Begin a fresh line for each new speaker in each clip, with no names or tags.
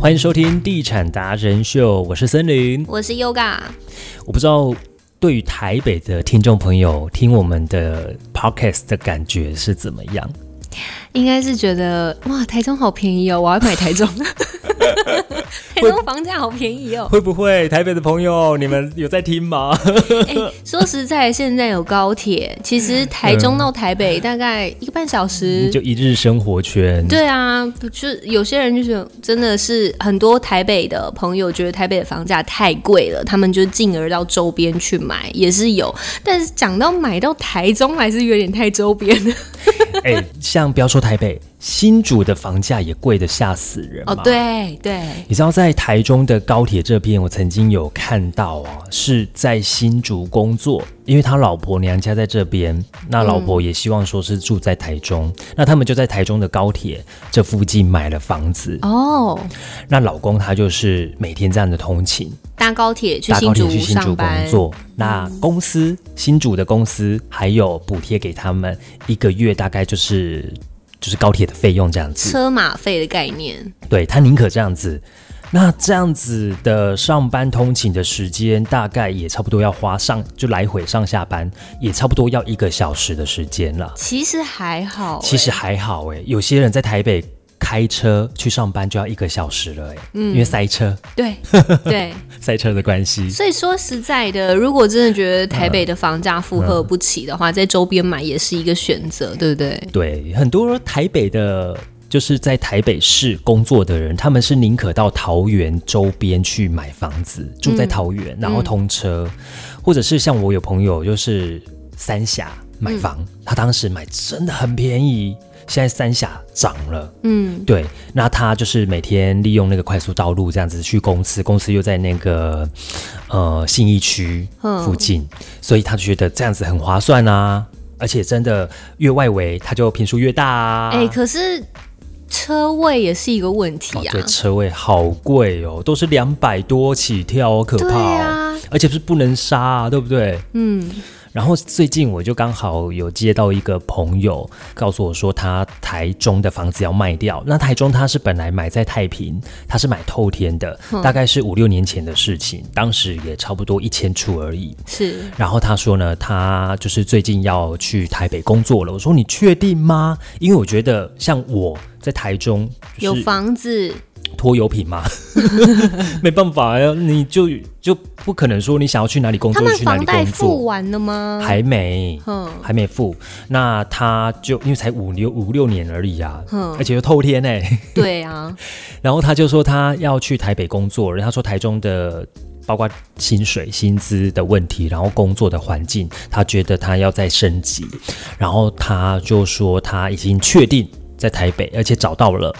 欢迎收听《地产达人秀》，我是森林。
我是 Yoga，
我不知道对于台北的听众朋友听我们的 podcast 的感觉是怎么样？
应该是觉得哇，台中好便宜哦，我要买台中。 台中房价好便宜哦。
会不会台北的朋友你们有在听吗？
哎、说实在，现在有高铁，其实台中到台北大概一个半小时。
嗯就一日生活圈，
嗯对啊，不就有些人就是真的是很多台北的朋友觉得台北的房价太贵了，他们就进而到周边去买，也是有。但是讲到买到台中，还是有点太周边了。
哎、像不要说台北，新竹的房价也贵的吓死人
哦
嘛，
对对，
你知道在台中的高铁这边，我曾经有看到啊，是在新竹工作，因为他老婆娘家在这边，那老婆也希望说是住在台中，那他们就在台中的高铁这附近买了房子，
哦，
那老公他就是每天这样的通勤，
搭高铁去
搭
新
高铁
竹
去新
上
竹工
班。嗯
作，那公司新竹的公司还有补贴给他们一个月大概就是就是高铁的费用这样子，
车马费的概念，
对他宁可这样子。那这样子的上班通勤的时间，大概也差不多要花上就来回上下班，也差不多要一个小时的时间了。
其实还好、欸
其实还好诶、有些人在台北开车去上班就要一个小时了诶、因为塞车，
欸 对对，
塞车的关系。
所以说实在的，如果真的觉得台北的房价负荷不起
嗯
的话，在周边买也是一个选择，对不对？
对，很多台北的，就是在台北市工作的人，他们是宁可到桃园周边去买房子，住在桃园，然后通车，或者是像我有朋友就是三峡买房，他当时买真的很便宜，现在三峡涨了。
嗯，
对，那他就是每天利用那个快速道路这样子去公司，公司又在那个呃信义区附近，所以他就觉得这样子很划算啊。而且真的越外围，他就平数越大啊。
哎、可是车位也是一个问
哦
题啊，
对，车位好贵哦，都是两百多起跳，好可
对
怕哦。
啊，
而且是不能杀、啊，对不对？
嗯，
然后最近我就刚好有接到一个朋友告诉我说，他台中的房子要卖掉。那台中他是本来买在太平，他是买透天的，大概是五六年前的事情，当时也差不多一千出而已。
是
然后他说呢，他就是最近要去台北工作了。我说你确定吗？因为我觉得像我在台中、就
有
是、
房子，
拖油瓶嘛， 没办法呀，你就就不可能说你想要去哪里工
他
作
们
就去哪
房
里
贷
工
付啊
作，
完了吗？
还没。
嗯，
还没付，那他就因为才五六五六年而已啊，
嗯
而且又透天哎、
对 啊，
然后他就说他要去台北工作，然后他说台中的包括薪水、薪资的问题，然后工作的环境，他觉得他要再升级，然后他就说他已经确定在台北，而且找到了。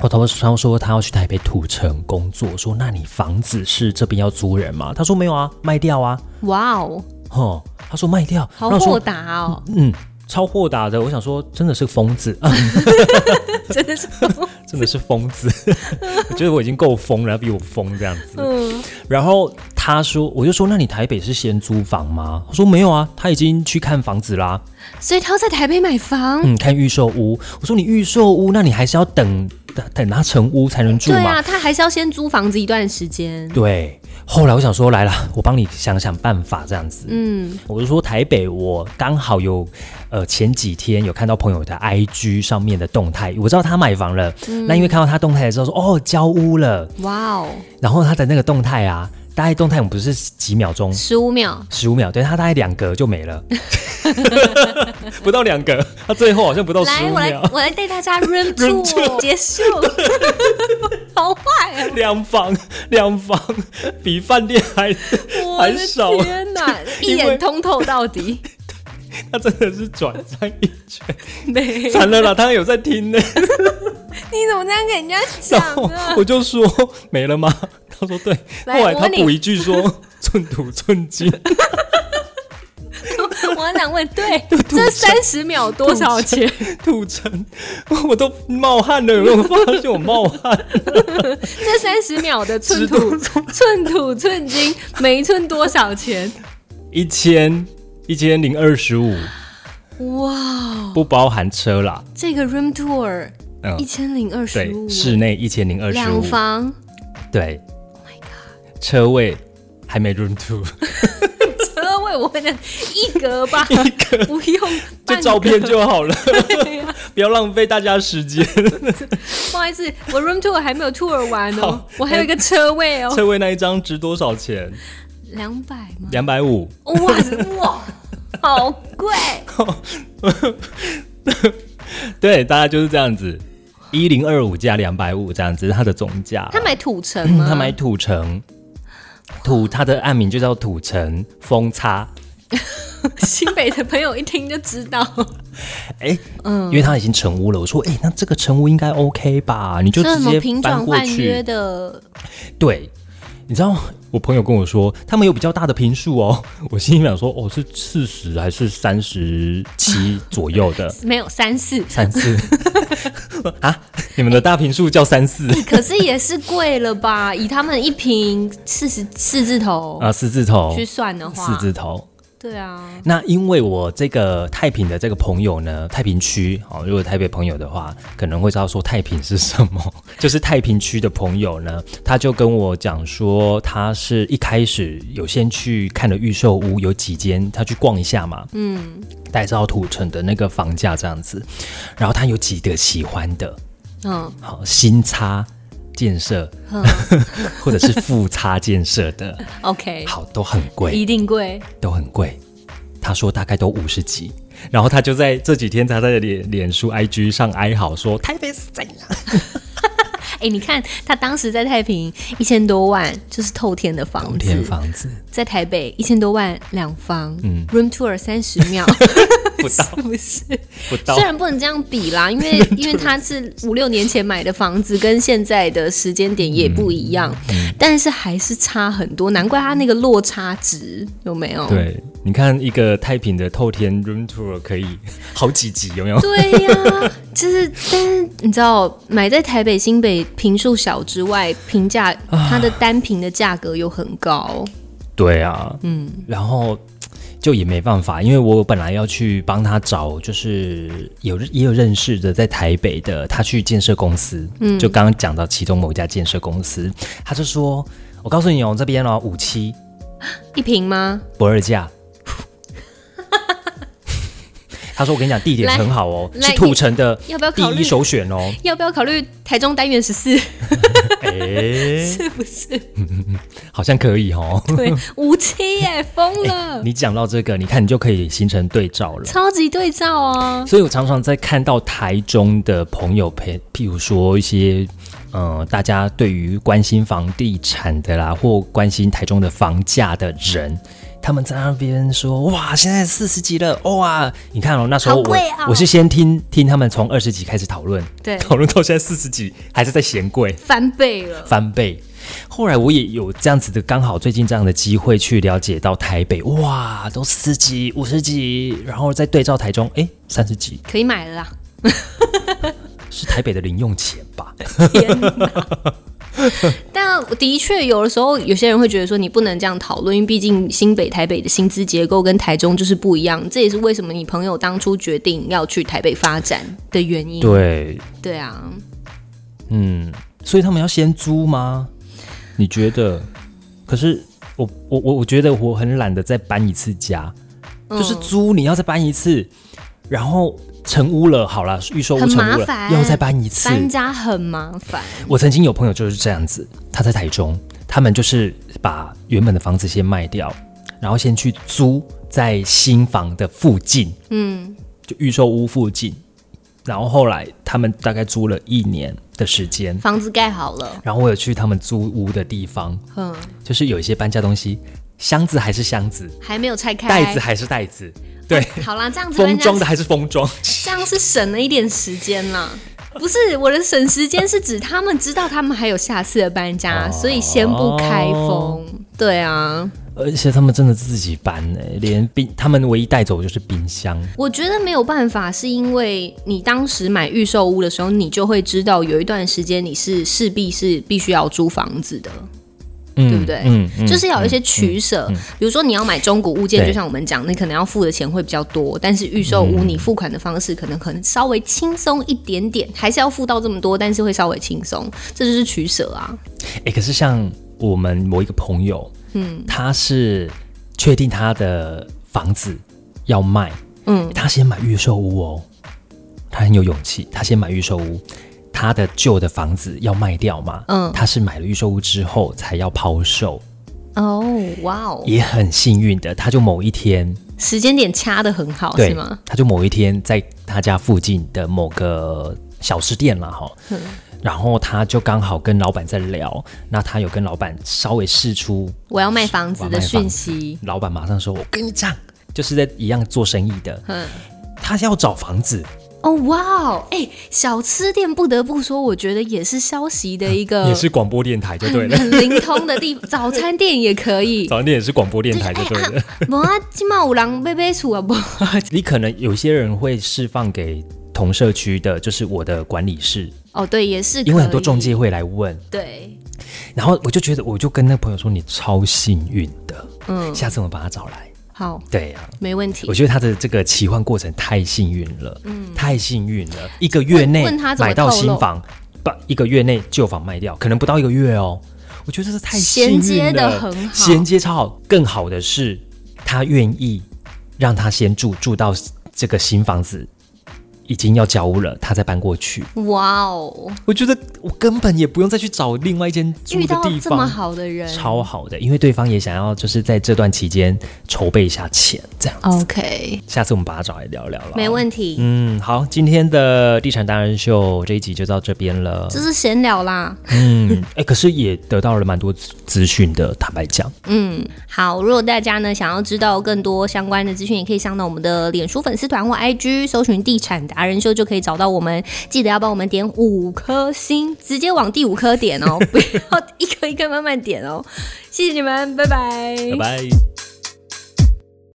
我同事他说他要去台北土城工作，我说那你房子是这边要租人吗？他说没有啊，卖掉啊，
哇哦，
哦，他说卖掉，
好
然后我
豁
说
达 哦，
嗯，超豁达的，我想说真的是疯子，啊、
真的是，
真的是疯子， 我觉得我已经够疯了，他比我疯这样子，
嗯，
然后他说，我就说，那你台北是先租房吗？他说没有啊，他已经去看房子啦，
所以他要在台北买房。
嗯，看预售屋。我说你预售屋，那你还是要等等他成屋才能住
对
嘛。
啊，他还是要先租房子一段时间。
对，后来我想说，来了，我帮你想想办法这样子。
嗯，
我就说台北，我刚好有，呃，前几天有看到朋友的 IG 上面的动态，我知道他买房了。
嗯
那因为看到他动态的时候说，哦，交屋了。
哇哦，
然后他的那个动态啊，大概动态我们不是几秒钟，
十五秒，
十五秒，对，他大概两格就没了， 不到两格，他最后好像不到哦十
来，
五
我来，
秒，
我来带 大家 run 住
忍住
结束，好坏哦！
两房两房比饭店还
我
还
的
少，啊
天哪，一
因为
眼通透 到底，
他真的是转上一圈，
没？
惨了啦，他有在听 呢，
你怎么这样给人家
然
讲
后
啊？
我就说没了吗？他说对，
来
后来他
我问你
补一句说寸土寸金，
我想问， 对，这三十秒多少钱？
土城，我都冒汗了，有没有发现我冒汗？
这三十秒的寸土
土
寸土寸金，每一寸多少钱？
一千一千零二十五，
哇，
不包含车啦。
这个 room tour
嗯
一，千零二十
对，
五，
室内一千零二十
两
五，
房
对车位还没 room to，
车位，我能一格吧，不用
就
半格
照片就好了，
对呀、
不要浪费大家时间。
不好意思，我 room tour 还没有 tour 完哦
好，
我还有一个车位 哦，
车位那一张值多少钱？
两百吗？
两百五。
哇塞哇，好贵！
对，大家就是这样子，一零二五加两百五这样子，它的总价。
他买土城吗？
他买土城，土它的暗名就叫土城风差。
新北的朋友一听就知道，
哎、
嗯
因为它已经成屋了，我说，哎、那这个成屋应该 OK 吧？你就
这
直
什么
接
平
搬
转
过
换约
去。
的，？
对，你知道我朋友跟我说，他们有比较大的平数哦。 我心里想说，哦，是四十还是三十七左右的
没有三 四，
三四 啊？你们的大平数叫三四
可是也是贵了吧？以他们一瓶四十四字头
啊？四字头
去，算的话，
四字头。
对啊，
那因为我这个太平的这个朋友呢，太平区哦，如果台北朋友的话，可能会知道说太平是什么。 就是太平区的朋友呢，他就跟我讲说，他是一开始有先去看了预售屋，有几间他去逛一下嘛，嗯，大家知道土城的那个房价这样子，然后他有几个喜欢的，
嗯，
好、新差建设， 或者是复差建设的，
哎 OK，
好都很贵，
一定贵。
都很贵。他说大概都五十几，然后他就在这几天他在脸脸书 IG 上哀嚎说台北是怎样？
哎、你看他当时在太平一千多万，就是透天的房
冬
子
天，房子
在台北一千多万两房，room tour 三 十秒，
不到
是不是？
不到
虽，然不能这样比啦，因 为因为他是五六年前买的房子，跟现在的时间点也不一样，
嗯
但是还是差很多，难怪他那个落差值有没有？
对，你看一个太平的透天 room tour 可以好几集，有没有？
对呀、就是，但是你知道，买在台北、新北平数小之外，平价
啊
它的单平的价格又很高。
对啊，嗯，然后。就也没办法，因为我本来要去帮他找，就是有也有认识的在台北的，他去建设公司，嗯，就刚刚讲到其中某一家建设公司，他就说，我告诉你哦，这边哦五七
一平吗？
不二价。 他说：“我跟你讲，地点
来
很好哦，
来
是土城的
要不要
第
考虑
一首选哦。
要不要考虑台中单元十四？
哎、
是不是？
好像可以哦。
对，啊五七耶，疯了，
你讲到这个，你看你就可以形成对照了。
超级对照啊！
所以我常常在看到台中的朋友陪，譬如说一些，呃，大家对于关心房地产的啦，或关心台中的房价的人，他们在那边说，哇，现在四十几了，哇，你看哦，那时候
好
我、
贵哦
我是先听听他们从二十几开始讨论，
对
讨论到现在四十几，还是在嫌贵。
翻倍了，
翻倍。后来我也有这样子的，刚好最近这样的机会去了解到台北，哇，都四几、五十几，然后再对照台中，哎，三十几
可以买了啦！
是台北的零用钱吧？
天哪！但的确，有的时候有些人会觉得说，你不能这样讨论，因为毕竟新北、台北的薪资结构跟台中就是不一样。这也是为什么你朋友当初决定要去台北发展的原因。
对，
对啊，
嗯，所以他们要先租吗？你觉得？可是我我我我觉得我很懒得再搬一次家，
嗯
就是租你要再搬一次，然后成屋了，好了，预售屋
很
成
麻
屋了，
烦
又再搬一次，
搬家很麻烦。
我曾经有朋友就是这样子，他在台中，他们就是把原本的房子先卖掉，然后先去租在新房的附近，嗯，就预售屋附近，然后后来他们大概租了一年的时间。
房子盖好了，
然后我有去他们租屋的地方，
嗯，
就是有一些搬家东西，箱子还是箱子，
还没有拆开，
袋子还是袋子，对，
好啦，这样子
封
搬家
装的还是封装。
这样是省了一点时间啦。不是我的省时间是指他们知道他们还有下次的搬家，
哦
所以先不开封。对啊，
而且他们真的自己搬哎、连冰，他们唯一带走的就是冰箱。
我觉得没有办法，是因为你当时买预售屋的时候，你就会知道有一段时间你是势必是必须要租房子的。
嗯
对不对
嗯，嗯
就是要有一些取舍。比如说你要买中古物件，
对
就像我们讲，你可能要付的钱会比较多，但是预售屋你付款的方式可能可能稍微轻松一点点，还是要付到这么多，但是会稍微轻松，这就是取舍啊。
哎、可是像我们某一个朋友，嗯，他是确定他的房子要卖，
嗯，
他先买预售屋哦，他很有勇气，他先买预售屋。他的旧的房子要卖掉嘛？
嗯
他是买了预售屋之后才要抛售，
哦，哇哦，
也很幸运的，他就某一天，
时间点掐的很好，
对
哦是吗？，
他就某一天在他家附近的某个小吃店了哈，
嗯
然后他就刚好跟老板在聊，那他有跟老板稍微试出
我要卖房
我
子
要
的
卖房
讯
子
息，
老板马上说：“我跟你讲，就是在一样做生意的，
嗯。
他要找房子，
哦哇哦，哎，小吃店不得不说，我觉得也是消息的一 个，
也是广播电台就对了，
很灵通的地方。早餐店也可以，
早餐店也是广播电
就是
台就对了。
啊，无啊，今嘛有人买买厝啊，无
你可能有些人会释放给同社区的，就是我的管理室，
哦，对，也是可以，
因为很多中介会来问，
对，
然后我就觉得，我就跟那朋友说，你超幸运的，
嗯，
下次我们把他找来。
好，
对啊呀、
没问题
我。觉得他的这个奇幻过程太幸运了，太幸运了，一个月内
嗯问问他怎么
买到
透
新
露
房，把一个月内旧房卖掉，可能不到一个月哦。我觉得这太幸运
衔接
了
得很好
衔接超好。更好的是，他愿意让他先住住到这个新房子。已经要交屋了，他再搬过去。
哇哦，
我觉得我根本也不用再去找另外一间住
遇
的
到
地
这么
方，
好的人
超好的，因为对方也想要就是在这段期间筹备一下钱，这样。
，OK，
下次我们把他找来聊聊了。
没问题，
嗯，好，今天的地产达人秀这一集就到这边了。
这是闲聊啦。
嗯，哎、可是也得到了蛮多资资讯的，坦白讲，
嗯，好，如果大家呢想要知道更多相关的资讯，也可以上到我们的脸书粉丝团或 IG 搜寻“地产达人秀”就可以找到我们。记得要帮我们点五颗星，直接往第五 颗点哦，不要一颗一颗慢慢点哦。谢谢你们，拜拜，
拜拜。